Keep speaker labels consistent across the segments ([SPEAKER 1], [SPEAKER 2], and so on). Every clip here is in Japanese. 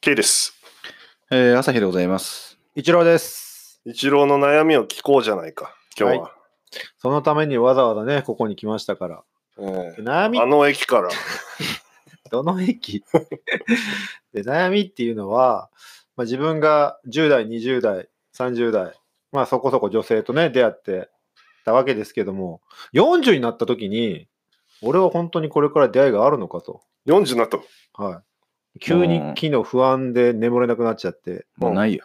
[SPEAKER 1] K です。
[SPEAKER 2] えー、朝日でございます。
[SPEAKER 3] 一郎です。
[SPEAKER 1] 一郎の悩みを聞こうじゃないか、今日は。
[SPEAKER 3] そのためにわざわざね、ここに来ましたから。
[SPEAKER 1] ええ
[SPEAKER 3] で悩み
[SPEAKER 1] あ、の駅から。
[SPEAKER 3] どの駅 で悩みっていうのは、まあ、自分が10代、20代、30代、まあそこそこ女性とね、出会ってたわけですけども、40になった時に、俺は本当にこれから出会いがあるのかと。
[SPEAKER 1] 40になった。
[SPEAKER 3] はい。急に
[SPEAKER 2] うん
[SPEAKER 3] 昨日不安で眠れなくなっちゃって。
[SPEAKER 2] もうないよ。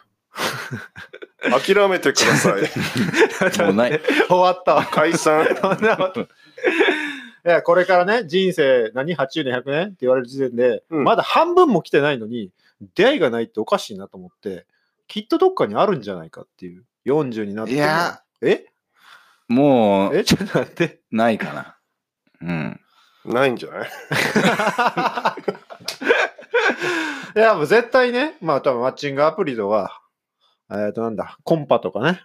[SPEAKER 1] 諦めてください。
[SPEAKER 2] もうない。
[SPEAKER 3] 終わった。
[SPEAKER 1] 解散。
[SPEAKER 3] そんなこと。い や、これからね、人生何、80年、100年って言われる時点で、
[SPEAKER 1] うん
[SPEAKER 3] まだ半分も来てないのに、出会いがないっておかしいなと思って、きっとどっかにあるんじゃないかっていう、40になって
[SPEAKER 2] い
[SPEAKER 3] も。
[SPEAKER 2] や、
[SPEAKER 3] え
[SPEAKER 2] もう
[SPEAKER 3] えちょっと待って。
[SPEAKER 2] ないかな。うん。
[SPEAKER 1] ないんじゃない
[SPEAKER 3] いや、もう絶対ね、まあ、多分マッチングアプリとか、えっ、と、なんだ、コンパとかね。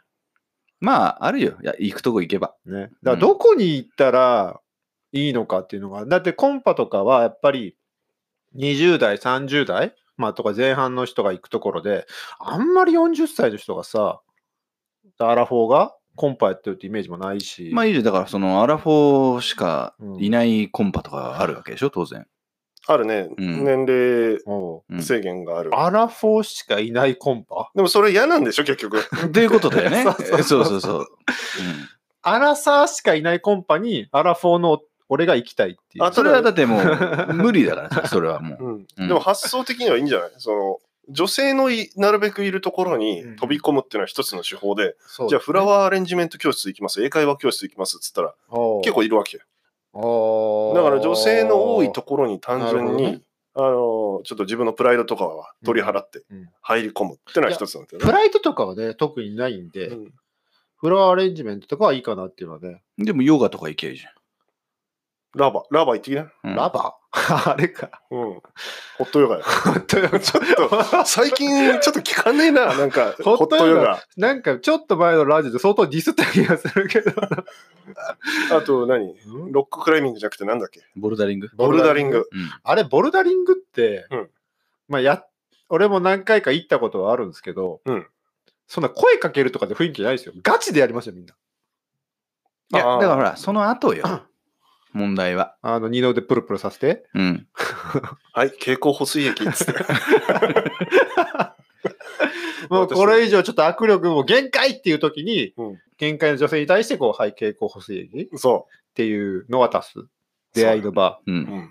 [SPEAKER 2] まあ、あるよ。いや、行くとこ行けば。
[SPEAKER 3] ね。だからどこに行ったらいいのかっていうのが、だってコンパとかはやっぱり20代、30代、まあ、とか前半の人が行くところで、あんまり40歳の人がさ、アラフォーがコンパやってるってイメージもないし、
[SPEAKER 2] まあ、いいじゃん。だから、その、アラフォーしか
[SPEAKER 3] うん
[SPEAKER 2] いないコンパとかあるわけでしょ、当然。
[SPEAKER 1] あるね、
[SPEAKER 2] うん
[SPEAKER 1] 年
[SPEAKER 3] お
[SPEAKER 2] うん
[SPEAKER 1] 齢制限がある。
[SPEAKER 3] うアラフォーしかいないコンパ
[SPEAKER 1] でもそれ嫌なんでしょ、結局。
[SPEAKER 2] っていうことだよね。 そうそうそうそう。
[SPEAKER 3] アラサーしかいないコンパにアラフォーの俺が行きたいっていう。
[SPEAKER 2] うんそれはだってもう、無理だ から、それはもう。
[SPEAKER 1] うん
[SPEAKER 2] うん
[SPEAKER 1] でも発想的にはいいんじゃないその女性のいなるべくいるところに
[SPEAKER 3] うん
[SPEAKER 1] 飛び込むっていうのは一つの手法で、
[SPEAKER 3] そう
[SPEAKER 1] じゃあフラワーアレンジメント教室行きます、英会話教室行きますっつったら結構いるわけよ。
[SPEAKER 3] 構
[SPEAKER 1] だから女性の多いところに単純
[SPEAKER 3] なるほど
[SPEAKER 1] に、あのちょっと自分のプライドとかは取り払って
[SPEAKER 3] うん
[SPEAKER 1] 入り込むっていうのは一つなんだよ
[SPEAKER 3] フ
[SPEAKER 1] ね。
[SPEAKER 3] ライトとかはね、特にないんで、
[SPEAKER 1] うん
[SPEAKER 3] フラワーアレンジメントとかはいいかなっていうのはね。
[SPEAKER 2] でも、ヨガとか行けばいいじ
[SPEAKER 1] ラバ、ラバ行ってきな。
[SPEAKER 2] ゃん。うん
[SPEAKER 3] ラバー あれか。
[SPEAKER 1] うん。ホットヨガよ。ちょっと、最近ちょっと聞かねえな、なんか、ホ
[SPEAKER 3] ホ
[SPEAKER 1] ッ
[SPEAKER 3] ッ
[SPEAKER 1] ト
[SPEAKER 3] ト
[SPEAKER 1] ヨ
[SPEAKER 3] ヨガ
[SPEAKER 1] ガ。
[SPEAKER 3] なんかちょっと前のラジオで相当ディスった気がするけど。
[SPEAKER 1] あと何ロッククライミングじゃなくてなんだっけ
[SPEAKER 2] ボルダリング。
[SPEAKER 1] ボルダリング。。
[SPEAKER 2] うん。
[SPEAKER 3] あれ、ボルダリングって、
[SPEAKER 1] うん
[SPEAKER 3] まあや、俺も何回か行ったことはあるんですけど、
[SPEAKER 1] うん
[SPEAKER 3] そんな声かけるとかで雰囲気ないですよ。ガチでやりますよ、みんな。
[SPEAKER 2] いや、
[SPEAKER 1] あー
[SPEAKER 2] だからほら、その後 よ。問題は。
[SPEAKER 3] あの、二の腕プルプルさせて。
[SPEAKER 2] うん。
[SPEAKER 1] はい、蛍光補水液っつって。
[SPEAKER 3] もうこれ以上ちょっと握力も限界っていう時に、
[SPEAKER 1] うん
[SPEAKER 3] 限界の女性に対して、こう、背景、こう、補正液っ
[SPEAKER 1] そ
[SPEAKER 3] ていうのを渡す。出会いの場。
[SPEAKER 2] う。
[SPEAKER 1] う。うんん。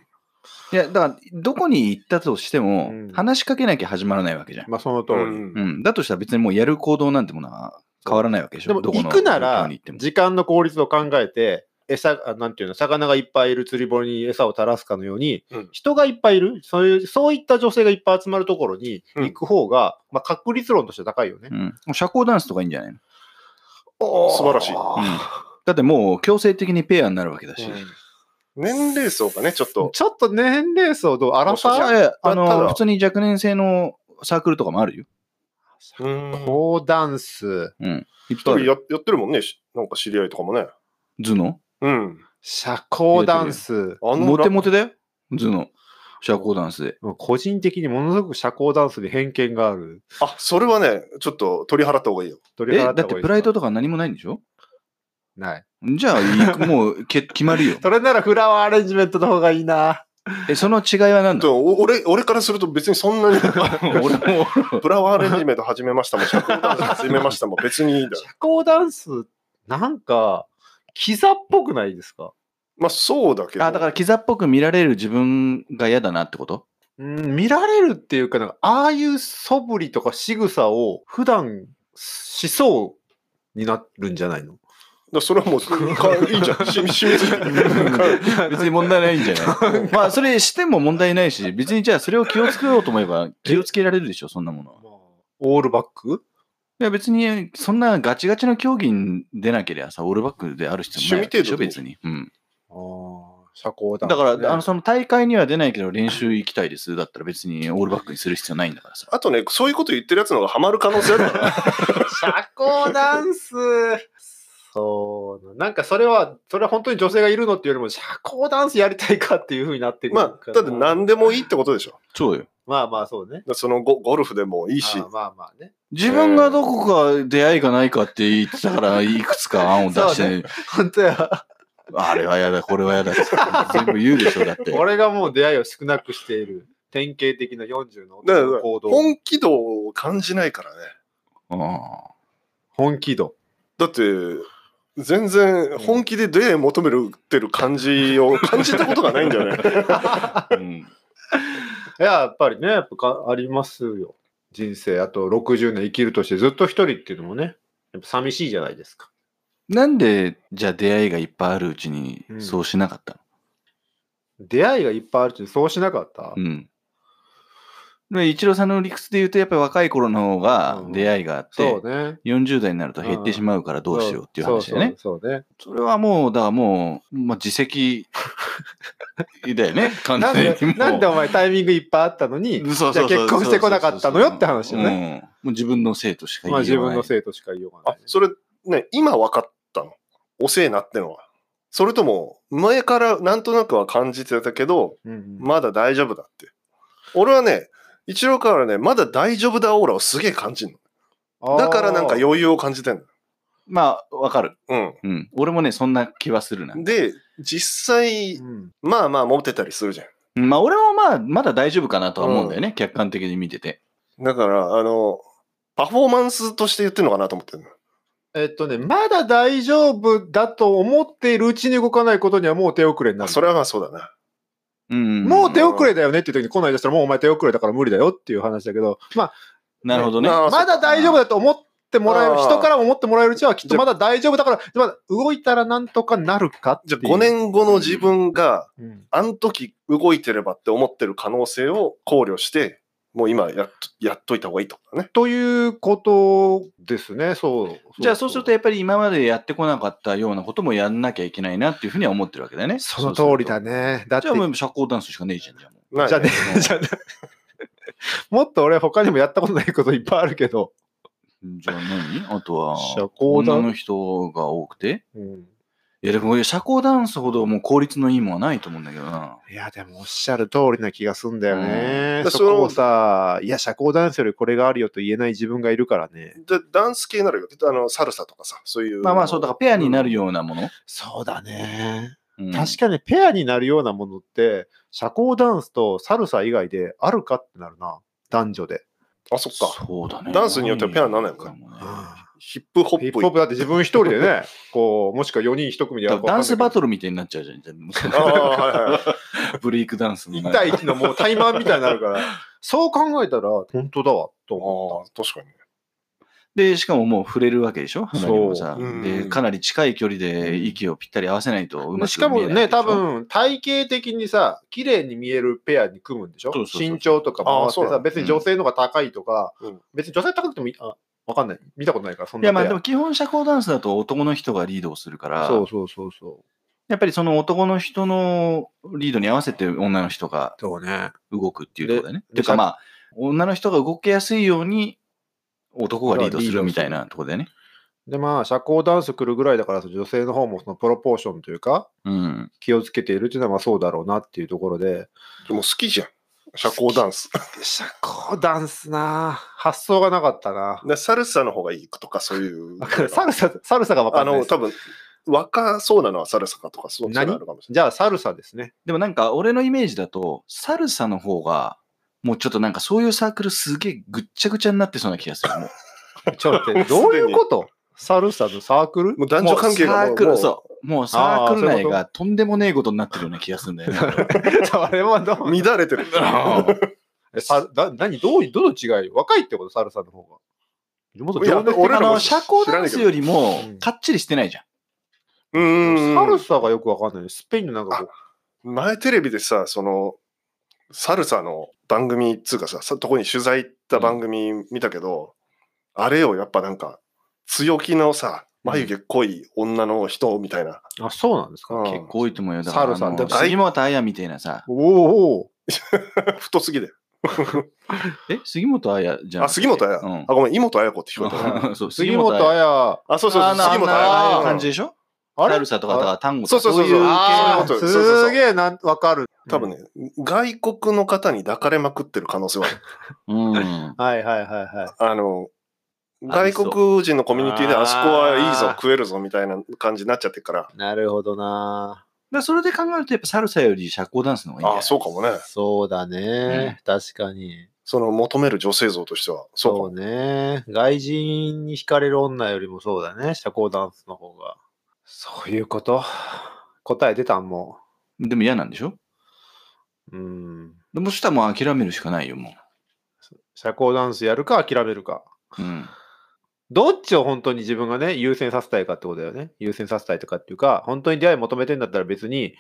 [SPEAKER 2] いや、だから、どこに行ったとしても
[SPEAKER 3] うん、
[SPEAKER 2] 話しかけなきゃ始まらないわけじゃん。
[SPEAKER 3] まあ、その通
[SPEAKER 1] う
[SPEAKER 3] り。
[SPEAKER 1] ん
[SPEAKER 2] うん、だとしたら別にもうやる行動なんてものは変わらないわけでしょ。
[SPEAKER 3] でも
[SPEAKER 2] どこ
[SPEAKER 3] 行
[SPEAKER 2] の
[SPEAKER 3] くな
[SPEAKER 2] 漁協
[SPEAKER 3] ら
[SPEAKER 2] に行っても
[SPEAKER 3] 時間の効率を考えて餌あなんていうの魚がいっぱいいる釣り堀に餌を垂らすかのように、
[SPEAKER 1] うん
[SPEAKER 3] 人がいっぱいいるそういうそういった女性がいっぱい集まるところに
[SPEAKER 1] うん
[SPEAKER 3] 行く方が、まあ、確率論として高いよね
[SPEAKER 2] う。ん、もう社交ダンスとかいいんじゃないの
[SPEAKER 1] 素晴らしい
[SPEAKER 3] うん
[SPEAKER 2] だってもう強制的にペアになるわけだし。
[SPEAKER 1] 年齢層がね、ちょっと。
[SPEAKER 3] ちょっと年齢層どうアラフ
[SPEAKER 2] い
[SPEAKER 3] ァー
[SPEAKER 2] やいやあ
[SPEAKER 1] ただ
[SPEAKER 2] の普通に若年性のサークルとかもあるよ。
[SPEAKER 1] うん。
[SPEAKER 3] 高ダンス
[SPEAKER 2] うん。い
[SPEAKER 1] 一
[SPEAKER 2] っぱいあ
[SPEAKER 1] 人
[SPEAKER 2] る
[SPEAKER 1] ややってるもんね、しなんか知り合いとかもね。
[SPEAKER 2] 頭脳
[SPEAKER 1] うん。
[SPEAKER 3] 社交ダンス
[SPEAKER 1] あ
[SPEAKER 2] モテモ
[SPEAKER 1] テ。
[SPEAKER 2] テだよ。頭脳社交ダンスで。
[SPEAKER 3] もう個人的にものすごく社交ダンスに偏見がある。
[SPEAKER 1] あ、それはね、ちょっと取り払った方がいいよ。
[SPEAKER 3] 取
[SPEAKER 2] え、
[SPEAKER 3] り払
[SPEAKER 2] だ
[SPEAKER 3] っ
[SPEAKER 2] ったて
[SPEAKER 3] 方がいいですか
[SPEAKER 2] プライドとか何もないんでしょ
[SPEAKER 3] ない。
[SPEAKER 2] じゃあ行 く、もうけ決まるよ。
[SPEAKER 3] それならフラワーアレンジメントの方がいいな。
[SPEAKER 2] え、その違いは何
[SPEAKER 1] で
[SPEAKER 2] だ
[SPEAKER 1] もお俺、俺からすると別にそんなに、
[SPEAKER 2] 俺も、
[SPEAKER 1] フラワーアレンジメント始めましたもん、社交ダンス始めましたもん、別にいいんだよ。
[SPEAKER 3] 社交ダンス、なんか、キザっぽくないですか
[SPEAKER 1] まあそうだけど。
[SPEAKER 2] あ、だからキザっぽく見られる自分が嫌だなってこと
[SPEAKER 3] うん、見られるっていうか、なんか、ああいう素振りとか仕草を普段しそうになるんじゃ ないの
[SPEAKER 1] だからそれはもう、かいいじゃん。ししみついてるか
[SPEAKER 2] 別に問題ないんじゃない まあそれしても問題ないし別にじゃあそれを気をつけようと思えば気をつけられるでしょそんなものは。
[SPEAKER 3] オールバック
[SPEAKER 2] いや別にそんなガチガチの競技に出なければさオールバックである必要ないわけでしょ
[SPEAKER 1] 趣
[SPEAKER 2] 別に、うん、
[SPEAKER 3] ああ、 社交ダ
[SPEAKER 2] だ
[SPEAKER 3] ンスね、
[SPEAKER 2] から、あのその大会には出ないけど練習行きたいですだったら別にオールバックにする必要ないんだからさ。
[SPEAKER 1] あとね、そういうこと言ってるやつの方がハマる可能性あるからね。
[SPEAKER 3] 社交ダンスそうななんかそれは、それは本当に女性がいるのっていうよりも、社交ダンスやりたいかっていうふうになってくる
[SPEAKER 1] まあ、だって何でもいいってことでしょ。
[SPEAKER 2] そうよ。
[SPEAKER 3] まあまあそうね。
[SPEAKER 1] らそのゴゴルフでもいいし
[SPEAKER 3] あ、ーまあまあね。
[SPEAKER 2] 自分がどこか出会いがないかって言ってたから、いくつか案を出し
[SPEAKER 3] そう
[SPEAKER 2] て、
[SPEAKER 3] 本当や。
[SPEAKER 2] あれはやだ、これはやだって全部言うでしょ、だ って。
[SPEAKER 3] 俺がもう出会いを少なくしている典型的な40の
[SPEAKER 1] だから
[SPEAKER 3] 男の行動。
[SPEAKER 1] 本気度を感じないからね。
[SPEAKER 2] うん
[SPEAKER 3] 本気度。
[SPEAKER 1] だって、全然本気で出会い求めるってる感じを感じたことがないんだよね。
[SPEAKER 2] うん。
[SPEAKER 3] いや、やっぱりね、やっぱかありますよ。人生、あと60年生きるとしてずっと一人っていうのもね、やっぱ寂しいじゃないですか。
[SPEAKER 2] なんで、じゃあ出会いがいっぱいあるうちに
[SPEAKER 3] う、ん
[SPEAKER 2] そうしなかった
[SPEAKER 3] 出会いがいっぱいあるってそうしなかった、
[SPEAKER 2] のうん。で、一郎さんの理屈で言うと、やっぱり若い頃の方が出会いがあっ
[SPEAKER 3] そ
[SPEAKER 2] て、
[SPEAKER 3] うね。
[SPEAKER 2] 40代になると減ってしまうからどうしようっていう話だよね。
[SPEAKER 3] そうそうそうね。
[SPEAKER 2] それはもう、だからもう、まあ、自 責だよね、完
[SPEAKER 3] なん
[SPEAKER 2] 全
[SPEAKER 3] で
[SPEAKER 2] にもう。
[SPEAKER 3] なんでお前タイミングいっぱいあったのに、
[SPEAKER 2] そうそうそう
[SPEAKER 3] じゃあ結婚してこなかったのよって話よね
[SPEAKER 2] うんもう自分のせいとしか
[SPEAKER 3] まあ自
[SPEAKER 2] 言えようが
[SPEAKER 3] 分
[SPEAKER 2] ない。
[SPEAKER 3] のせいとしか言いようが
[SPEAKER 1] あ
[SPEAKER 3] ない、ね。
[SPEAKER 1] それ、ね、今分かったの遅えなってのは。それとも、前からなんとなくは感じてたけど、
[SPEAKER 3] うんうん
[SPEAKER 1] まだ大丈夫だって。俺はね、一郎からね、まだ大丈夫だオーラをすげえ感じるの。だからなんか
[SPEAKER 3] よ
[SPEAKER 1] 余裕を感じてんの。
[SPEAKER 2] まあ、わかる。
[SPEAKER 1] う
[SPEAKER 2] うん。俺もね、そんな気はするな。
[SPEAKER 1] ん。で、実際
[SPEAKER 3] う、ん
[SPEAKER 1] まあまあモテたりするじゃ
[SPEAKER 2] まあ、俺もまあ、まだ大丈夫かなとは思うんだよね、客観的に見てて。
[SPEAKER 1] ん。だから、あの、パフォーマンスとして言ってるのかなと思ってる
[SPEAKER 3] えっとね、まだ大丈夫だと思っているうちに動かないことにはもう手遅れにな
[SPEAKER 1] の。
[SPEAKER 3] る。
[SPEAKER 1] それはまあそうだな。
[SPEAKER 2] うん。
[SPEAKER 3] もう手遅れだよねっていう時に来ないとしたらもうお前手遅れだから無理だよっていう話だけど、ま
[SPEAKER 2] なるほどね。
[SPEAKER 1] なあ
[SPEAKER 3] あ、まだ大丈夫だと思ってもらえる、
[SPEAKER 1] あー
[SPEAKER 3] 人からも思ってもらえるうちはきっとまだ大丈夫だから、まだ動いたらなんとかなるかって
[SPEAKER 1] じ
[SPEAKER 3] い
[SPEAKER 1] ゃ
[SPEAKER 3] う。
[SPEAKER 1] あ5年後の自分が、
[SPEAKER 3] うん。
[SPEAKER 1] あの時動いてればって思ってる可能性を考慮して、もう今やっとやっといた方がいいってことだね。
[SPEAKER 3] ということですね、そう。
[SPEAKER 2] じゃあ、そうすると、やっぱり今までやってこなかったようなこともやんなきゃいけないなっていうふうには思ってるわけだよね。
[SPEAKER 3] その通りだ
[SPEAKER 2] ね。
[SPEAKER 3] ね。だって
[SPEAKER 2] じゃあ、もう社交ダンスしかねえじゃん、じゃあもう
[SPEAKER 1] ない
[SPEAKER 3] じゃあね、じゃあね。 もっと俺他にもやったことないこといっぱいあるけど。
[SPEAKER 2] じゃあ何あとは、
[SPEAKER 3] 社交ダ
[SPEAKER 2] 女の
[SPEAKER 3] ン
[SPEAKER 2] 人が多くて。
[SPEAKER 3] うん
[SPEAKER 2] いや、でも俺社交ダンスほどもう効率のいいもんはないと思うんだけどな。
[SPEAKER 3] いや、でもおっしゃる通りな気がすんだよね。
[SPEAKER 1] うん
[SPEAKER 3] そこをさ、いや、社交ダンスよりこれがあるよと言えない自分がいるからね。
[SPEAKER 1] でダンス系ならよ。あの、サルサとかさ、そういう。
[SPEAKER 2] まあまあ、そう、だからペアになるようなもの。
[SPEAKER 3] そうだね。
[SPEAKER 2] うん
[SPEAKER 3] 確かにペアになるようなものって、社交ダンスとサルサ以外であるかってなるな。男女で。
[SPEAKER 1] あ、そっか。
[SPEAKER 2] そうだね。
[SPEAKER 1] ダンスによってはペアにならないのか
[SPEAKER 2] もね
[SPEAKER 1] ヒップホ
[SPEAKER 3] ヒ
[SPEAKER 1] ッ
[SPEAKER 3] ッ
[SPEAKER 1] プ
[SPEAKER 3] プホップだって自分一人で ね、こう、もしくは4人一組でや
[SPEAKER 2] だ
[SPEAKER 3] る
[SPEAKER 2] からダンスバ
[SPEAKER 3] ル。
[SPEAKER 2] トルみたいになっちゃうじゃん。
[SPEAKER 1] ああ、はいはい。
[SPEAKER 2] ブレイクダンスの
[SPEAKER 3] 1
[SPEAKER 2] ね。
[SPEAKER 3] 対1のもうタイマンみたいになる から、そう考えたら本当だわ、と思
[SPEAKER 1] ああ、確かに。
[SPEAKER 2] で、しかももう触れるわけでしょ花にもさ
[SPEAKER 1] そううん
[SPEAKER 2] で、かなり近い距離で息をぴったり合わせないとう
[SPEAKER 3] っ
[SPEAKER 2] ま
[SPEAKER 3] た。
[SPEAKER 2] く
[SPEAKER 3] しか
[SPEAKER 2] 見
[SPEAKER 3] も
[SPEAKER 2] えない
[SPEAKER 3] ね、
[SPEAKER 2] でしょ
[SPEAKER 3] 多。分体型的にさ、綺麗に見えるペアに組むんでしょ
[SPEAKER 2] そうそうそうそう
[SPEAKER 3] 身長とかも合わせ
[SPEAKER 1] あ
[SPEAKER 3] て
[SPEAKER 1] そうだ
[SPEAKER 3] さ、別に女性の方が高いとか、
[SPEAKER 1] うん
[SPEAKER 3] 別に女性高くてもいいあ、わかんない。見たことないから、そん
[SPEAKER 2] い
[SPEAKER 3] な
[SPEAKER 2] や
[SPEAKER 3] ペ
[SPEAKER 2] ま
[SPEAKER 3] ア
[SPEAKER 2] あでも基本社交ダンスだと男の人がリードをするから、
[SPEAKER 3] そうそうそうそう。
[SPEAKER 2] やっぱりその男の人のリードに合わせて女の人が
[SPEAKER 3] そうね。
[SPEAKER 2] 動くっていうところだよね。
[SPEAKER 3] で
[SPEAKER 2] てかまあ、女の人が動きやすいように男がリードす
[SPEAKER 3] リードす
[SPEAKER 2] る
[SPEAKER 3] る
[SPEAKER 2] みたいなところだよね。
[SPEAKER 3] でまあ社交ダンス来るぐらいだから女性の方もそのプロポーションというか
[SPEAKER 2] うん。
[SPEAKER 3] 気をつけているっていうのはまあそうだろうなっていうところで
[SPEAKER 1] でも好きじゃん。社交ダンス。
[SPEAKER 3] 社交ダンスなあ発想がなかったな
[SPEAKER 1] でサルサの方がいいとか、そういう。
[SPEAKER 3] サルササルサが分か
[SPEAKER 1] あ
[SPEAKER 3] んない
[SPEAKER 1] の、
[SPEAKER 3] です
[SPEAKER 1] 多分、若そうなのはサルサかとか、そうそういうの
[SPEAKER 3] 何
[SPEAKER 1] あるかもしれ
[SPEAKER 3] じゃあサルサですね
[SPEAKER 2] でもなんか俺のイメージだと、サルサの方が、もうちょっとなんかそういうサークルすげえぐっちゃぐちゃになってそうな気がする。もう
[SPEAKER 3] ちょっ と待って
[SPEAKER 1] も
[SPEAKER 3] ど
[SPEAKER 1] うす
[SPEAKER 3] う
[SPEAKER 1] で
[SPEAKER 3] い
[SPEAKER 1] に
[SPEAKER 3] うことサルサのサークル
[SPEAKER 1] ない。もう男女関係が
[SPEAKER 2] も
[SPEAKER 1] も
[SPEAKER 2] う
[SPEAKER 1] う
[SPEAKER 2] サーク
[SPEAKER 1] も
[SPEAKER 2] ル、
[SPEAKER 1] う
[SPEAKER 2] そう。もうサークル
[SPEAKER 3] あーそういう
[SPEAKER 2] 内
[SPEAKER 3] こと
[SPEAKER 2] がとんでもねえことになってるような気がするんだよね。
[SPEAKER 3] あれはどう
[SPEAKER 1] 乱れてる。
[SPEAKER 3] えさだ何どういうどの違い若いってことサルサの方がもっと情熱的
[SPEAKER 1] 俺
[SPEAKER 2] あ
[SPEAKER 1] らも
[SPEAKER 2] の、社交ダンスよりも
[SPEAKER 3] うん、
[SPEAKER 2] かっちりしてないじゃん。
[SPEAKER 1] う
[SPEAKER 3] サ
[SPEAKER 1] ー
[SPEAKER 3] ル
[SPEAKER 1] ん。
[SPEAKER 3] サがよく分かんないスペインのなんかこう
[SPEAKER 1] 前テレビでさ、その、サルサの番組っつうかさ、さとこに取材行った番組見たけど、あれよ、やっぱなんか、強気のさ、眉毛濃い女の人みたいな。
[SPEAKER 3] あそうなんですか、
[SPEAKER 1] うん
[SPEAKER 2] 結構多いと思うよ。だから、
[SPEAKER 3] サルサ
[SPEAKER 2] あの
[SPEAKER 3] だ
[SPEAKER 1] から
[SPEAKER 2] 杉本彩みたいなさ。
[SPEAKER 3] おおお
[SPEAKER 1] 太すぎで。
[SPEAKER 2] え杉本彩じゃん。
[SPEAKER 1] あ、 杉本
[SPEAKER 2] う
[SPEAKER 1] 彩
[SPEAKER 2] ん。
[SPEAKER 1] あ、ごめん、妹彩子って聞こえた。
[SPEAKER 2] そう
[SPEAKER 3] 杉本彩
[SPEAKER 1] あ、そうそうそう、
[SPEAKER 2] あの
[SPEAKER 1] 杉本
[SPEAKER 2] あんなああいう
[SPEAKER 1] 彩
[SPEAKER 2] 感
[SPEAKER 1] 子
[SPEAKER 2] じ。でしょ
[SPEAKER 3] あ
[SPEAKER 2] サ
[SPEAKER 3] れ
[SPEAKER 2] ルサとかだから単語と
[SPEAKER 1] そう
[SPEAKER 2] か
[SPEAKER 1] そうそうそう
[SPEAKER 2] いう系の
[SPEAKER 1] あ
[SPEAKER 3] あ
[SPEAKER 1] ー
[SPEAKER 3] ー
[SPEAKER 1] そうそうそう
[SPEAKER 3] すげえな、わかる。
[SPEAKER 1] 多分ね、外国の方に抱かれまくってる可能性 はある。
[SPEAKER 2] うん。
[SPEAKER 3] はいはいはいは
[SPEAKER 1] あの、
[SPEAKER 2] あり
[SPEAKER 1] 外
[SPEAKER 2] そう
[SPEAKER 1] 国人のコミュニティで
[SPEAKER 3] あー
[SPEAKER 1] あそこはいいぞ、食えるぞみたいな感じになっちゃってるから、
[SPEAKER 3] い。なるほどな。
[SPEAKER 2] でそれで考えると、やっぱサルサより社交ダンスの方がいいん
[SPEAKER 1] ああ
[SPEAKER 2] だよ
[SPEAKER 1] ー、そうかもね。
[SPEAKER 3] そうだね。確かに。
[SPEAKER 1] その求める女性像としては、そうか
[SPEAKER 3] そ
[SPEAKER 1] も
[SPEAKER 3] うね。外人に惹かれる女よりもそうだね。社交ダンスの方が。そういうこと。答え出たんも
[SPEAKER 2] でも嫌なんでしょ
[SPEAKER 3] う。うん。
[SPEAKER 2] でもそしたらもう諦めるしかないよ、も
[SPEAKER 3] 社交ダンスやるか諦めるか。
[SPEAKER 2] う。うん。
[SPEAKER 3] どっちを本当に自分がね、優先させたいかってことだよね。優先させたいとかっていうか、本当に出会い求めてんだったら別に、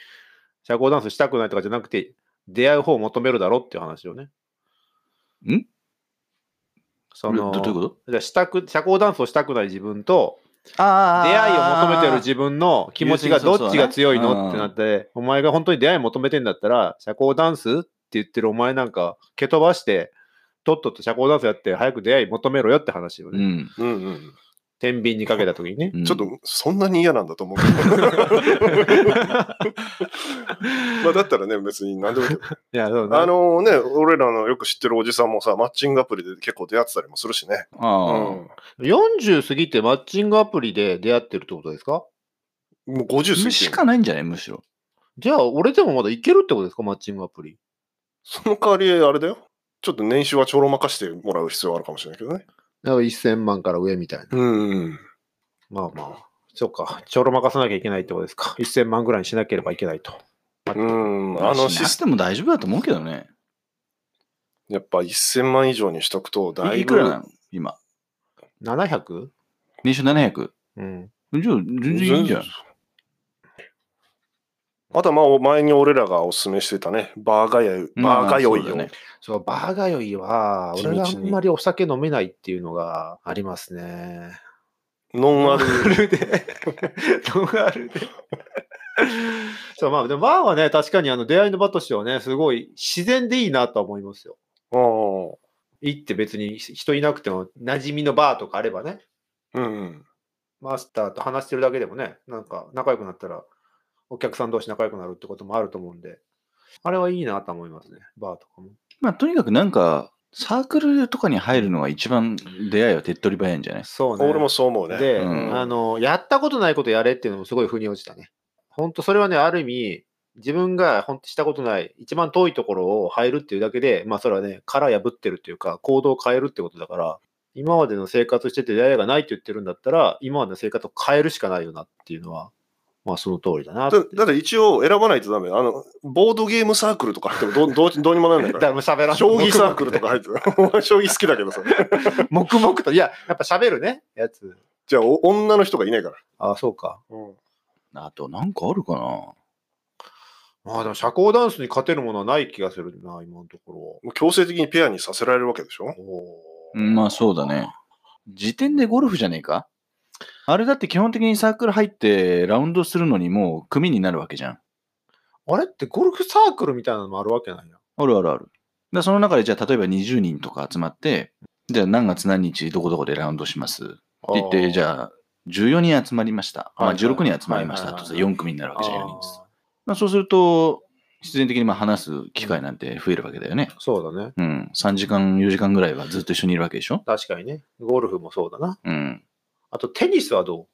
[SPEAKER 3] 社交ダンスしたくないとかじゃなくて、出会う方を求めるだろっていう話をね。
[SPEAKER 2] ん
[SPEAKER 3] その、
[SPEAKER 2] どどういうこと
[SPEAKER 3] じゃあしたく、社交ダンスをしたくない自分と、
[SPEAKER 2] あ
[SPEAKER 3] 出会いを求めてる
[SPEAKER 2] 分
[SPEAKER 3] 自分の気持ちが
[SPEAKER 2] 優先そうそう
[SPEAKER 3] どっちが強い
[SPEAKER 2] うん
[SPEAKER 3] のってなって、お前が本当に出会い求めてんだったら、社交ダンスって言ってるお前なんか、蹴飛ばして、とっとと社交ダンスやって、早く出会い求めろよって話をね、
[SPEAKER 2] うん。
[SPEAKER 1] うんうん。
[SPEAKER 3] 天秤にかけた時にね。
[SPEAKER 2] うん
[SPEAKER 1] ちょっと、そんなに嫌なんだ と思うけど。 まあだったらね、別に何でもいいけど。
[SPEAKER 3] いや、そうね
[SPEAKER 1] あのね、俺らのよく知ってるおじさんもさ、マッチングアプリで結構出会ってたりもするしね。う
[SPEAKER 2] ああ、
[SPEAKER 1] ん。
[SPEAKER 3] 40過ぎてマッチングアプリで出会ってるってことですか
[SPEAKER 1] もう50過ぎて
[SPEAKER 2] し
[SPEAKER 1] る
[SPEAKER 2] かないんじゃないむしろ。
[SPEAKER 3] じゃあ、俺でもまだいけるってことですかマッチングアプリ。
[SPEAKER 1] その代わり、あれだよ。ちょっと年収はちょろまかしてもらう必要はあるかもしれないけどね。
[SPEAKER 3] だから1000万から上みたいな。
[SPEAKER 1] うん。
[SPEAKER 3] まあまあ。そうか。ちょろまかさなきゃいけないってことですか。1000万ぐらいにしなければいけないと。
[SPEAKER 1] うん。あ
[SPEAKER 2] あ
[SPEAKER 1] の
[SPEAKER 2] の
[SPEAKER 1] シ
[SPEAKER 2] シ
[SPEAKER 1] ス
[SPEAKER 2] ス
[SPEAKER 1] テ
[SPEAKER 2] テム大丈夫だと思うけどね。
[SPEAKER 1] ム、やっぱ1000万以上にしとくと、だ
[SPEAKER 2] い
[SPEAKER 1] い
[SPEAKER 2] いくらな
[SPEAKER 1] ぶ、
[SPEAKER 2] の今。
[SPEAKER 3] 700?
[SPEAKER 2] 年収700。
[SPEAKER 3] うん。
[SPEAKER 2] じゃあ全然いいんじゃん。
[SPEAKER 1] あとはまあ、前に俺らがおすすめしてたね、バーガヤイ、バーガヨイ
[SPEAKER 2] よ
[SPEAKER 1] を。
[SPEAKER 2] ね。
[SPEAKER 3] そう、バーガーよりは、
[SPEAKER 1] 地道
[SPEAKER 3] 俺
[SPEAKER 1] に
[SPEAKER 3] があんまりお酒飲めないっていうのがありますね。
[SPEAKER 1] ノンア ル、
[SPEAKER 3] ルで。ノンアルで。 そう、まあ、でもバーはね、確かにあの出会いの場としてはね、すごい自然でいいなとは思いますよ。
[SPEAKER 1] うん
[SPEAKER 3] 行って別に人いなくても、馴染みのバーとかあればね、
[SPEAKER 1] うん。
[SPEAKER 3] マスターと話してるだけでもね、なんか仲良くなったら、お客さん同士仲良くなるってこともあると思うんで、あれはいいなと思いますね、バーとかも。
[SPEAKER 2] まあとにかくなんか、サークルとかに入るのが一番出会いは手っ取り早いんじゃない
[SPEAKER 3] そうね。
[SPEAKER 1] 俺もそう思うね。
[SPEAKER 3] で、
[SPEAKER 2] うん
[SPEAKER 3] あの、やったことないことやれっていうのもすごい腑に落ちたね。本当それはね、ある意味、自分が本当したことない、一番遠いところを入るっていうだけで、まあそれはね、殻破ってるっていうか、行動を変えるってことだから、今までの生活してて出会いがないって言ってるんだったら、今までの生活を変えるしかないよなっていうのは、まあその通りだなって。
[SPEAKER 1] だだって一応選ばないとダメ。あの、ボードゲームサークルとか入ってもどうどうどうにもなんない から。
[SPEAKER 3] 誰も喋らん
[SPEAKER 1] 将棋サークルとか入ってた。 お前将棋好きだけどさ。
[SPEAKER 3] 黙々と。いや、やっぱ喋るね、やつ。
[SPEAKER 1] じゃあ、お女の人がいないから。
[SPEAKER 3] ああ、そうか。
[SPEAKER 2] あとなんかあるかな
[SPEAKER 3] まあでも社交ダンスに勝てるものはない気がするな、今のとこ
[SPEAKER 1] もう強制的にペアにさせられるわけでしょ
[SPEAKER 3] ろ。おー
[SPEAKER 2] うんまあそうだね。時点でゴルフじゃねえかあれだって基本的にサークル入ってラウンドするのにもう組になるわけじゃん。
[SPEAKER 3] あれってゴルフサークルみたいなのもあるわけなんや。
[SPEAKER 2] あるあるある。でその中でじゃあ例えば20人とか集まって、じゃあ何月何日どこどこでラウンドしますって言って、じ
[SPEAKER 3] ゃ
[SPEAKER 2] ゃあ14人集まりました。ま
[SPEAKER 3] は
[SPEAKER 2] あ
[SPEAKER 3] いはい
[SPEAKER 2] 16人集まりまし
[SPEAKER 3] は
[SPEAKER 2] た
[SPEAKER 3] いはい
[SPEAKER 2] と
[SPEAKER 3] はい
[SPEAKER 2] さ4組になるわけじゃん、4人ずつ
[SPEAKER 3] あ
[SPEAKER 2] まあ、そうすると、必然的にまあ話す機会なんて増えるわけだよね。
[SPEAKER 3] ーそうだね。
[SPEAKER 2] うん。3時間、4時間ぐらいはずっと一緒にいるわけでしょ
[SPEAKER 3] 確かにね。ゴルフもそうだな。
[SPEAKER 2] うん。
[SPEAKER 3] あとテニスはどう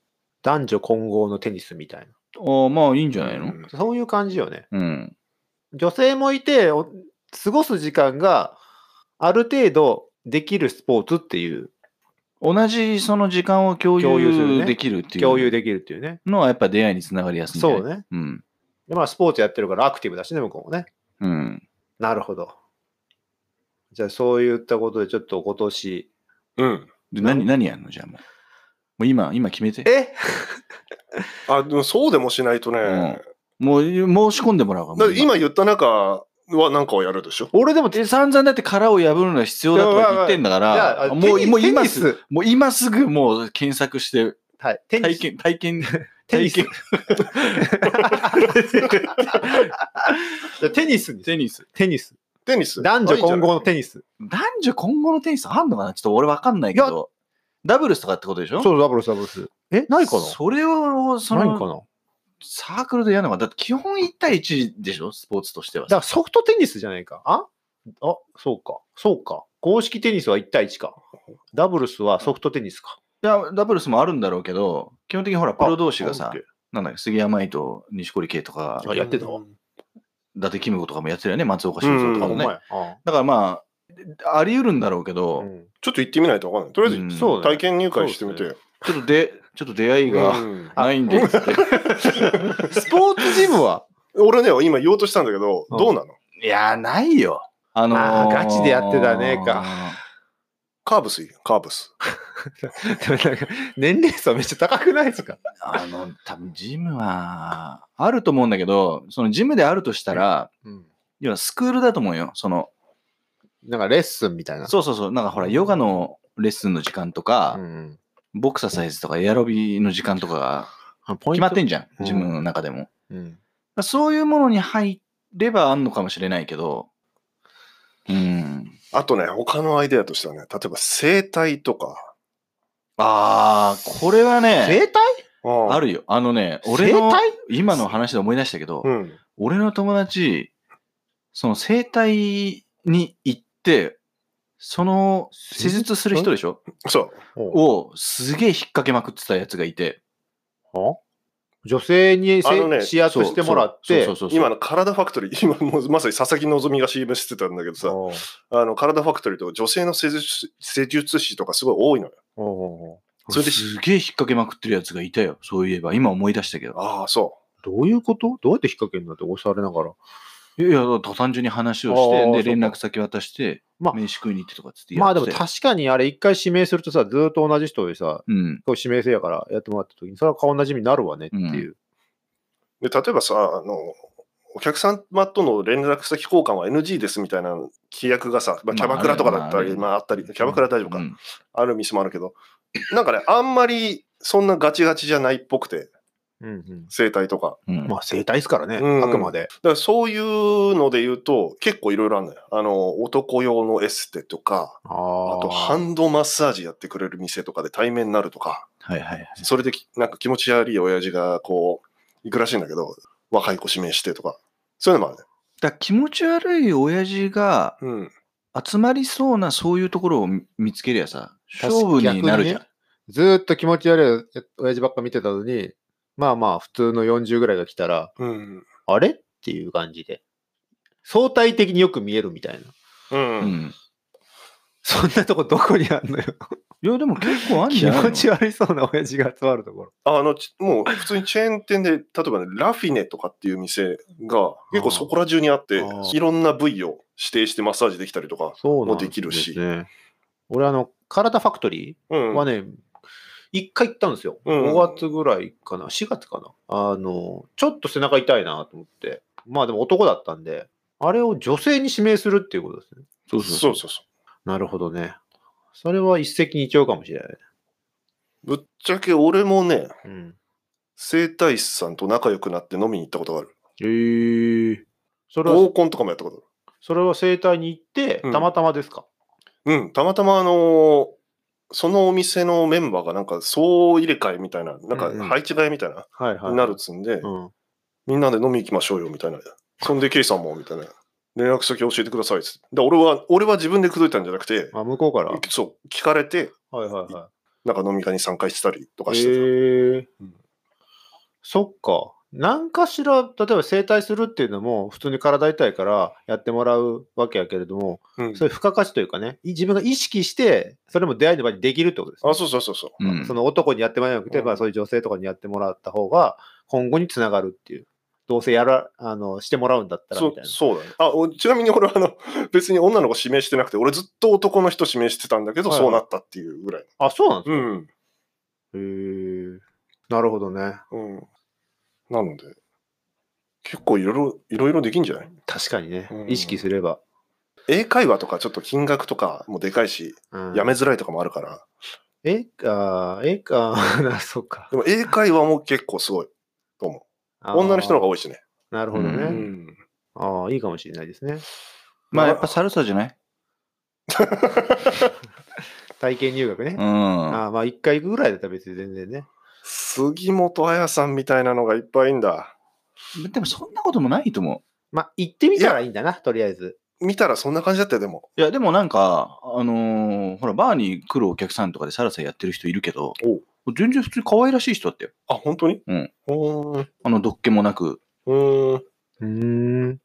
[SPEAKER 3] 男女混合のテニスみたい
[SPEAKER 2] ああ、まあいいんじゃないの
[SPEAKER 3] な。そういう感じよね。
[SPEAKER 2] うん。
[SPEAKER 3] 女性もいて、お過ごす時間がある程度できるスポーツっていう、
[SPEAKER 2] 同じその時間を共
[SPEAKER 3] 共有する
[SPEAKER 2] 有
[SPEAKER 3] ね
[SPEAKER 2] できるってい
[SPEAKER 3] 共有
[SPEAKER 2] う
[SPEAKER 3] できるっていうね。
[SPEAKER 2] のはやっぱ出会いにつながりやすいんだ
[SPEAKER 3] そ
[SPEAKER 2] よ
[SPEAKER 3] う
[SPEAKER 2] ね。
[SPEAKER 3] ね。
[SPEAKER 2] うん。
[SPEAKER 3] でまあスポーツやってるからアクティブだしね、向こうもね。
[SPEAKER 2] うん。
[SPEAKER 3] なるほど。じゃあそういったことでちょっと今年。
[SPEAKER 1] うん。
[SPEAKER 2] で何、何やんのじゃあもう。もう今、今決めて。
[SPEAKER 3] え
[SPEAKER 1] あ、でもそうでもしないとね。
[SPEAKER 2] もう申し込んでもらうか
[SPEAKER 1] だ
[SPEAKER 2] も
[SPEAKER 1] っ
[SPEAKER 2] う
[SPEAKER 1] て今言った中はなんかをやるでしょ
[SPEAKER 2] 俺でもえ散々だって殻を破るのは必要だとは言ってんだか
[SPEAKER 3] じゃあ
[SPEAKER 2] ら、
[SPEAKER 3] あ
[SPEAKER 2] も
[SPEAKER 3] テ
[SPEAKER 2] う
[SPEAKER 3] ニ
[SPEAKER 2] もう今
[SPEAKER 3] テニ
[SPEAKER 2] すぐ、
[SPEAKER 3] ス
[SPEAKER 2] もう今すぐもう検索して、
[SPEAKER 3] はい。テニ
[SPEAKER 2] 体
[SPEAKER 3] ス。
[SPEAKER 2] 験、体験、
[SPEAKER 3] テニス。
[SPEAKER 2] 体
[SPEAKER 3] じゃあ テニスに。
[SPEAKER 2] テニス。
[SPEAKER 3] テニス。
[SPEAKER 1] テニス。
[SPEAKER 3] 男女混合
[SPEAKER 1] あ。
[SPEAKER 3] のテニス。
[SPEAKER 2] 男女混合のテニスあんのかなちょっと俺わかんないけ
[SPEAKER 3] いや
[SPEAKER 2] ど。ダブルスとかってことでしょ
[SPEAKER 3] そう、ダブルス、ダブルス。え、ないかな
[SPEAKER 2] それを、そ
[SPEAKER 3] ないか
[SPEAKER 2] の、
[SPEAKER 3] な
[SPEAKER 2] サークルでやるのが、だって基本1対1でしょスポーツとしては
[SPEAKER 3] だ。からソフトテニスじゃないか。ああ、そうか。そうか。公式テニスは1対1か。ダブルスはソフトテニスか。
[SPEAKER 2] いや、ダブルスもあるんだろうけど、基本的にほら、プロ同士が
[SPEAKER 3] あ
[SPEAKER 2] さ
[SPEAKER 3] オッケ、
[SPEAKER 2] なんだっけ、杉山愛と錦織圭とか、
[SPEAKER 3] あやってたわ
[SPEAKER 1] うん
[SPEAKER 2] 伊達キム子とかもやってるよね、松岡修造と
[SPEAKER 3] ーほ
[SPEAKER 2] かも
[SPEAKER 3] ん
[SPEAKER 2] ね。
[SPEAKER 3] ま
[SPEAKER 2] だ
[SPEAKER 3] やあ
[SPEAKER 2] からまあ、あり得るんだろうけ
[SPEAKER 3] あ
[SPEAKER 2] ど、
[SPEAKER 3] うん
[SPEAKER 1] ちょっと行ってみないとわかんない。とりあえ
[SPEAKER 2] うん
[SPEAKER 1] ず、
[SPEAKER 3] そうだ
[SPEAKER 1] 体
[SPEAKER 3] ね
[SPEAKER 1] 験入会してみて。
[SPEAKER 2] ちょっとで、ちょっと出会いが
[SPEAKER 1] うん
[SPEAKER 2] ないんでっつ って、
[SPEAKER 3] スポーツジムは
[SPEAKER 1] 俺ね、今言おうとしたんだけど、
[SPEAKER 3] うん
[SPEAKER 1] どうなの
[SPEAKER 2] いやー、ないよ。あの
[SPEAKER 3] あ
[SPEAKER 2] ー、
[SPEAKER 3] ーガチでやってたねか。
[SPEAKER 1] カーブスいいよカーブス。
[SPEAKER 3] でもなんか年齢層めっちゃ高くないですか
[SPEAKER 2] あの、多分ジムは、あると思うんだけど、そのジムであるとしたら、
[SPEAKER 3] うん
[SPEAKER 2] 要はスクールだと思うよ。その、
[SPEAKER 3] なんかレッスンみたいな。
[SPEAKER 2] そうそうそう、なんかほら、ヨガのレッスンの時間とか
[SPEAKER 3] う、ん
[SPEAKER 2] ボクササイズとかエアロビの時間とかが
[SPEAKER 3] あポイン
[SPEAKER 2] 決ま
[SPEAKER 3] ト
[SPEAKER 2] ってんじゃ、
[SPEAKER 3] うんん
[SPEAKER 2] ジムの中でも。だか
[SPEAKER 3] うん
[SPEAKER 2] らそういうものに入ればあんのかもしれないけど、うん。
[SPEAKER 1] あとね、他のアイデアとしてはね、例えば整体とか。
[SPEAKER 2] ああ、これはね、
[SPEAKER 3] 整体
[SPEAKER 2] あ
[SPEAKER 1] ある。
[SPEAKER 2] るよ。あのね、俺の
[SPEAKER 3] 整体、
[SPEAKER 2] 今の話で思い出したけど、
[SPEAKER 1] うん。
[SPEAKER 2] 俺の友達、その整体に行って、その施術する人でしょ
[SPEAKER 1] そう。
[SPEAKER 3] お
[SPEAKER 2] をすげえ引っ掛けまくってたやつがいて。
[SPEAKER 3] 女性に
[SPEAKER 1] あのね
[SPEAKER 3] せ指圧してもらって
[SPEAKER 2] そう、そうそうそう
[SPEAKER 1] 今の体ファクトリー、今 もうまさに佐々木希が CM してたんだけどさ、
[SPEAKER 3] おう
[SPEAKER 1] あの体ファクトリーと女性の施術師施術師とかすごい多いのよ。
[SPEAKER 3] おうおうおう
[SPEAKER 1] それです
[SPEAKER 2] げえ引っ掛けまくってるやつがいたよ。そういえば、今思い出したけど。
[SPEAKER 1] ああ、そ
[SPEAKER 3] どういうことどうやって引っ掛けるんだっておしゃれながら。
[SPEAKER 2] いやいや、だから単純に話を
[SPEAKER 3] あ
[SPEAKER 2] し
[SPEAKER 3] ー
[SPEAKER 2] て、で、連
[SPEAKER 3] そう
[SPEAKER 2] 絡先渡して、
[SPEAKER 3] まあ
[SPEAKER 2] 飯食いに行ってとかっつってや
[SPEAKER 3] まあで
[SPEAKER 2] っ
[SPEAKER 3] も
[SPEAKER 2] てたよ。
[SPEAKER 3] 確かにあれ一回指名するとさ、ずーっと同じ人でさ、
[SPEAKER 2] うん。
[SPEAKER 3] こう指名制やからやってもらった時に、それは顔なじみになるわねっていう。
[SPEAKER 1] う。で、例えばさ、あの、お客様との連絡先交換は NG ですみたいな規約がさ、まあ、キャバクラとかだったり、ま
[SPEAKER 2] ま
[SPEAKER 1] ああったり、キャバクラは大丈夫か、
[SPEAKER 2] うん
[SPEAKER 1] ある店もあるけど、なんかね、あんまりそんなガチガチじゃないっぽくて、
[SPEAKER 3] うんうん
[SPEAKER 1] 整体とか。
[SPEAKER 2] うん
[SPEAKER 3] まあ生体ですからね、
[SPEAKER 1] うん
[SPEAKER 3] あくまで。
[SPEAKER 1] だからそういうので言うと、結構いろいろあるのよ。あの、男用のエステとか、
[SPEAKER 3] あ
[SPEAKER 1] あとハ
[SPEAKER 3] 半
[SPEAKER 1] ンドマッサージやってくれる店とかで対面になるとか。
[SPEAKER 2] はいはいはい。
[SPEAKER 1] それできなんか気持ち悪い親父がこう、行くらしいんだけど、若い子指名してとか、そういうのもあるね。
[SPEAKER 2] だから気持ち悪い親父が
[SPEAKER 1] うん。
[SPEAKER 2] 集まりそうなそういうところを見つけりゃさ、
[SPEAKER 3] 確か
[SPEAKER 2] 勝負になるじゃん。
[SPEAKER 3] ずーっと気持ち悪い親父ばっか見てたのに、まあまあ普通の40ぐらいが来たら、
[SPEAKER 1] うん。
[SPEAKER 3] あれっていう感じで。相対的によく見えるみたいな。
[SPEAKER 1] うん。
[SPEAKER 2] うん。
[SPEAKER 3] そんなとこどこにあんのよ。
[SPEAKER 2] いや、でも結構あん
[SPEAKER 3] 気
[SPEAKER 2] じゃないの
[SPEAKER 3] 持ち悪いそうな親父が集まるところ。
[SPEAKER 1] あの、ちもう普通にチェーン店で、例えばね、ラフィネとかっていう店が結構そこら中にあって
[SPEAKER 3] あー、
[SPEAKER 1] いろんな部位を指定してマッサージできたりとか。
[SPEAKER 3] そう
[SPEAKER 1] なんですねもうできるし
[SPEAKER 3] 俺あの、体ファクトリ
[SPEAKER 1] う
[SPEAKER 3] ー
[SPEAKER 1] ん。
[SPEAKER 3] はね、一回行ったんですよ。
[SPEAKER 1] うん
[SPEAKER 3] 5月ぐらいかな、4月かな。あの、ちょっと背中痛いなと思って。まあでも男だったんで、あれを女性に指名するっていうことですね。
[SPEAKER 2] そうそうそ
[SPEAKER 1] そうう。そうそ
[SPEAKER 3] なるほどね。それは一石二鳥かもしれない。
[SPEAKER 1] う。ぶっちゃけ俺もね、
[SPEAKER 3] うん。
[SPEAKER 1] 整体師さんと仲良くなって飲みに行ったことがある。
[SPEAKER 3] ええそれは、
[SPEAKER 1] 合コンとかもやったこと
[SPEAKER 3] それは整体に行って、
[SPEAKER 1] うん
[SPEAKER 3] たまたまですか、
[SPEAKER 1] ある。うん。たまたまあのーそのお店のメンバーがなんか総入れ替えみたいな、なんか
[SPEAKER 3] うんうん
[SPEAKER 1] 配置替えみたいな、
[SPEAKER 3] はいはい。
[SPEAKER 1] になるっ。つんで、
[SPEAKER 3] うん。
[SPEAKER 1] みんなで飲み行きましょうよみたいな。そんで、ケイさんもみたいな。連絡先教えてくださいっつって。で俺は、俺は自分で口説いたんじゃなくて、
[SPEAKER 3] あ、向こうから。は
[SPEAKER 1] そう、聞かれて、
[SPEAKER 3] いはいはい。
[SPEAKER 1] なんか飲み会に参加してたりとかしてた。
[SPEAKER 3] へえ
[SPEAKER 1] うん
[SPEAKER 3] そっか。何かしら、例えば整体するっていうのも、普通に体痛いからやってもらうわけやけれども、
[SPEAKER 1] うん
[SPEAKER 3] そういう付加価値というかね、い自分が意識して、それも出会いの場にできるってことですね、
[SPEAKER 1] あ、そうそうそうそう。
[SPEAKER 2] うん
[SPEAKER 3] その男にやってもらえなくて、
[SPEAKER 1] うん
[SPEAKER 3] まあ、そういう女性とかにやってもらった方が、今後につながるっていう。どうせやら、あの、してもらうんだったら
[SPEAKER 1] そ
[SPEAKER 3] み
[SPEAKER 1] う
[SPEAKER 3] たいな。
[SPEAKER 1] そうだね。あ、おちなみに俺はあの、 別に女の子指名してなくて、俺ずっと男の人指名してたんだけど、
[SPEAKER 3] はい
[SPEAKER 1] そうなったっていうぐらい。
[SPEAKER 3] あ、そうなんで
[SPEAKER 1] うん。
[SPEAKER 3] すへえ。なるほどね。
[SPEAKER 1] うん。なので、結構いろいろ、いろいろできんじゃない
[SPEAKER 3] 確かにね
[SPEAKER 1] う。ん
[SPEAKER 3] 意識すれば。
[SPEAKER 1] 英会話とかちょっと金額とかもでかいし、
[SPEAKER 3] うん
[SPEAKER 1] やめづらいとかもあるから、
[SPEAKER 3] え、あーえ、あー そっか。
[SPEAKER 1] でも英会話も結構すごいと思う。女の人の方が多いしね。
[SPEAKER 3] なるほどね。
[SPEAKER 2] う
[SPEAKER 3] ああ、いいかもしれないですね。
[SPEAKER 2] まあやっぱサルサじゃない
[SPEAKER 3] 体験入学ね。
[SPEAKER 2] うん。
[SPEAKER 3] ああまあ、一回行くぐらいだったら別に全然ね。
[SPEAKER 1] 杉本彩さんみたいなのがいっぱいいんだ。
[SPEAKER 2] でもそんなこともないと思
[SPEAKER 3] まあ、行ってみたらいいんだな、とりあえず。
[SPEAKER 1] 見たらそんな感じだったよ、でも。
[SPEAKER 2] う。いや、でもなんか、あのーほら、バーに来るお客さんとかでサラサやってる人いるけど
[SPEAKER 1] おう、
[SPEAKER 2] 全然普通に可愛らしい人だったよ。
[SPEAKER 1] あ、本当に
[SPEAKER 2] うん。
[SPEAKER 1] うーん。
[SPEAKER 2] あの、どっけもなく。
[SPEAKER 1] うーん。
[SPEAKER 3] うーん。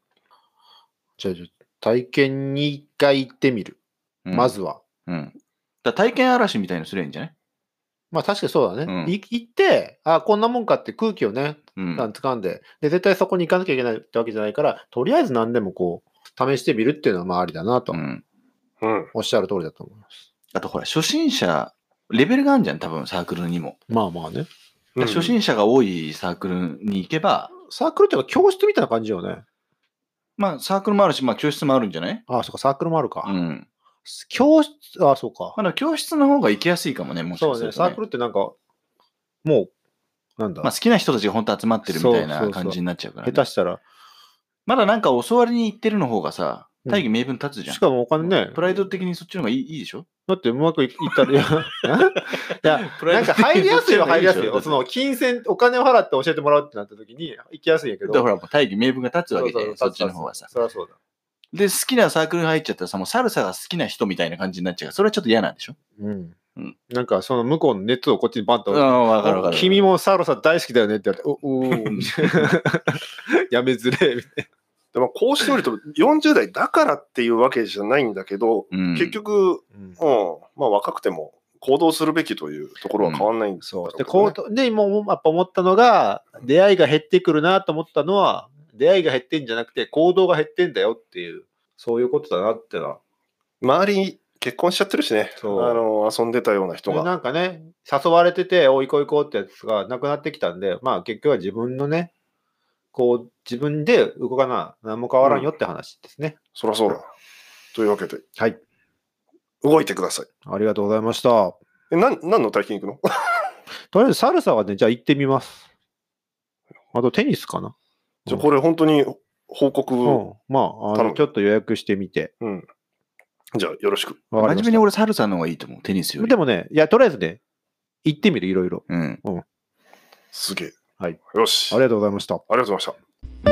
[SPEAKER 3] じゃあ、じゃあ体験に一回行ってみる。
[SPEAKER 2] うん
[SPEAKER 3] ま。ずは。
[SPEAKER 2] うん。だから体験嵐みたいのすればいいんじゃない
[SPEAKER 3] まあ確かにそうだね。
[SPEAKER 2] うん
[SPEAKER 3] い行って、あこんなもんかって空気をね、
[SPEAKER 2] うん。
[SPEAKER 3] あの掴んでで、絶対そこに行かなきゃいけないってわけじゃないから、とりあえず何でもこう、試してみるっていうのはまあありだなと、
[SPEAKER 2] うん
[SPEAKER 1] うん。
[SPEAKER 3] おっしゃる通りだと思います。
[SPEAKER 2] あとほら、初心者、レベルがあるじゃん、多分サークルにも。
[SPEAKER 3] まあまあね。
[SPEAKER 1] うん
[SPEAKER 2] 初心者が多いサークルに行けば、
[SPEAKER 3] サークルっていうか教室みたいな感じよね。
[SPEAKER 2] まあサークルもあるし、まあ教室もあるんじゃない
[SPEAKER 3] ああ、そうか、サークルもあるか。
[SPEAKER 2] うん。
[SPEAKER 3] 教室、ああ、そうか。
[SPEAKER 2] まあ、だから教室の方が行きやすいかもね、もし
[SPEAKER 3] そ
[SPEAKER 2] か
[SPEAKER 3] う
[SPEAKER 2] す
[SPEAKER 3] ね、
[SPEAKER 2] る
[SPEAKER 3] サ
[SPEAKER 2] と、
[SPEAKER 3] ー
[SPEAKER 2] ね
[SPEAKER 3] ク。ルってなんか、もう、なんだ、
[SPEAKER 2] まあ好きな人たちが本当集まってるみたい
[SPEAKER 3] そうそうそ
[SPEAKER 2] な
[SPEAKER 3] う
[SPEAKER 2] 感じになっちゃうから、ね
[SPEAKER 3] 下手したら、
[SPEAKER 2] まだなんか教わりに行ってるの方がさ、
[SPEAKER 3] うん
[SPEAKER 2] 大義名分立つじゃん。
[SPEAKER 3] しかもお金ね、
[SPEAKER 2] プライド的にそっちの方がいいいいでしょ
[SPEAKER 3] だってうまくいったら、いやいや、
[SPEAKER 2] プ
[SPEAKER 3] なんか入りやすいは入りやすい よ。
[SPEAKER 2] だ
[SPEAKER 3] その金銭、お金を払って教えてもらうってなった時に行きやすいんやけど。
[SPEAKER 2] からほら、もう大義名分が立つわけ
[SPEAKER 3] そうそ
[SPEAKER 2] で、
[SPEAKER 3] う
[SPEAKER 2] そっちの方がさ。
[SPEAKER 3] そりゃそうだ。
[SPEAKER 2] で、好きなサークルに入っちゃったらさ、もうサルサが好きな人みたいな感じになっちゃうから、それはちょっと嫌なんでしょ
[SPEAKER 3] うん
[SPEAKER 2] うん。
[SPEAKER 3] なんかその向こうの熱をこっちにバン
[SPEAKER 2] う
[SPEAKER 3] と。
[SPEAKER 2] ん、わかるわかる。
[SPEAKER 3] 君もサーロさん大好きだよねって言われて、おおー やめづれえみたい
[SPEAKER 1] でもこうしてみると40代だからっていうわけじゃないんだけど、
[SPEAKER 2] うん、
[SPEAKER 1] 結局、う
[SPEAKER 3] な。
[SPEAKER 1] ん、まあ若くても行動するべきというところは変わんないんです
[SPEAKER 3] そう。で、こうと、で、もうやっぱ思ったのが、出会いが減ってくるなと思ったのは、出会いが減ってんじゃなくて、行動が減ってんだよっていう、そういうことだなってのは
[SPEAKER 1] 周り結婚しちゃってるしね、あ
[SPEAKER 3] そう
[SPEAKER 1] の遊んでたような人
[SPEAKER 3] で
[SPEAKER 1] が。
[SPEAKER 3] なんかね、誘われてて、おいこう行こうってやつがなくなってきたんで、まあ結局は自分のね、こう、自分で動かな、何も変わらんよって話ですね。
[SPEAKER 1] そりゃそうだ。というわけで、
[SPEAKER 3] はい。
[SPEAKER 1] 動いてください。
[SPEAKER 3] ありがとうございました。
[SPEAKER 1] え、なん、何の体験行くの
[SPEAKER 3] とりあえず、サルサはね、じゃあ行ってみます。あと、テニスかな。
[SPEAKER 1] じゃあこれ本当に報
[SPEAKER 3] う
[SPEAKER 1] 告、
[SPEAKER 3] ん。まあ、あ
[SPEAKER 1] 頼
[SPEAKER 3] の
[SPEAKER 1] む
[SPEAKER 3] ちょっと予約してみて。
[SPEAKER 1] うん。じゃあよろしく。
[SPEAKER 3] わかりま
[SPEAKER 2] 真面目
[SPEAKER 3] し
[SPEAKER 2] に
[SPEAKER 3] た
[SPEAKER 2] 俺、サルサの方がいいと思う、テニスより。
[SPEAKER 3] でもね、いや、とりあえずね、行ってみる、いろいろ。
[SPEAKER 2] うん。
[SPEAKER 1] すげえ。
[SPEAKER 3] はい。
[SPEAKER 1] よし。
[SPEAKER 3] あ
[SPEAKER 1] あり
[SPEAKER 3] りがとうございました。
[SPEAKER 1] がとうございました。
[SPEAKER 2] 「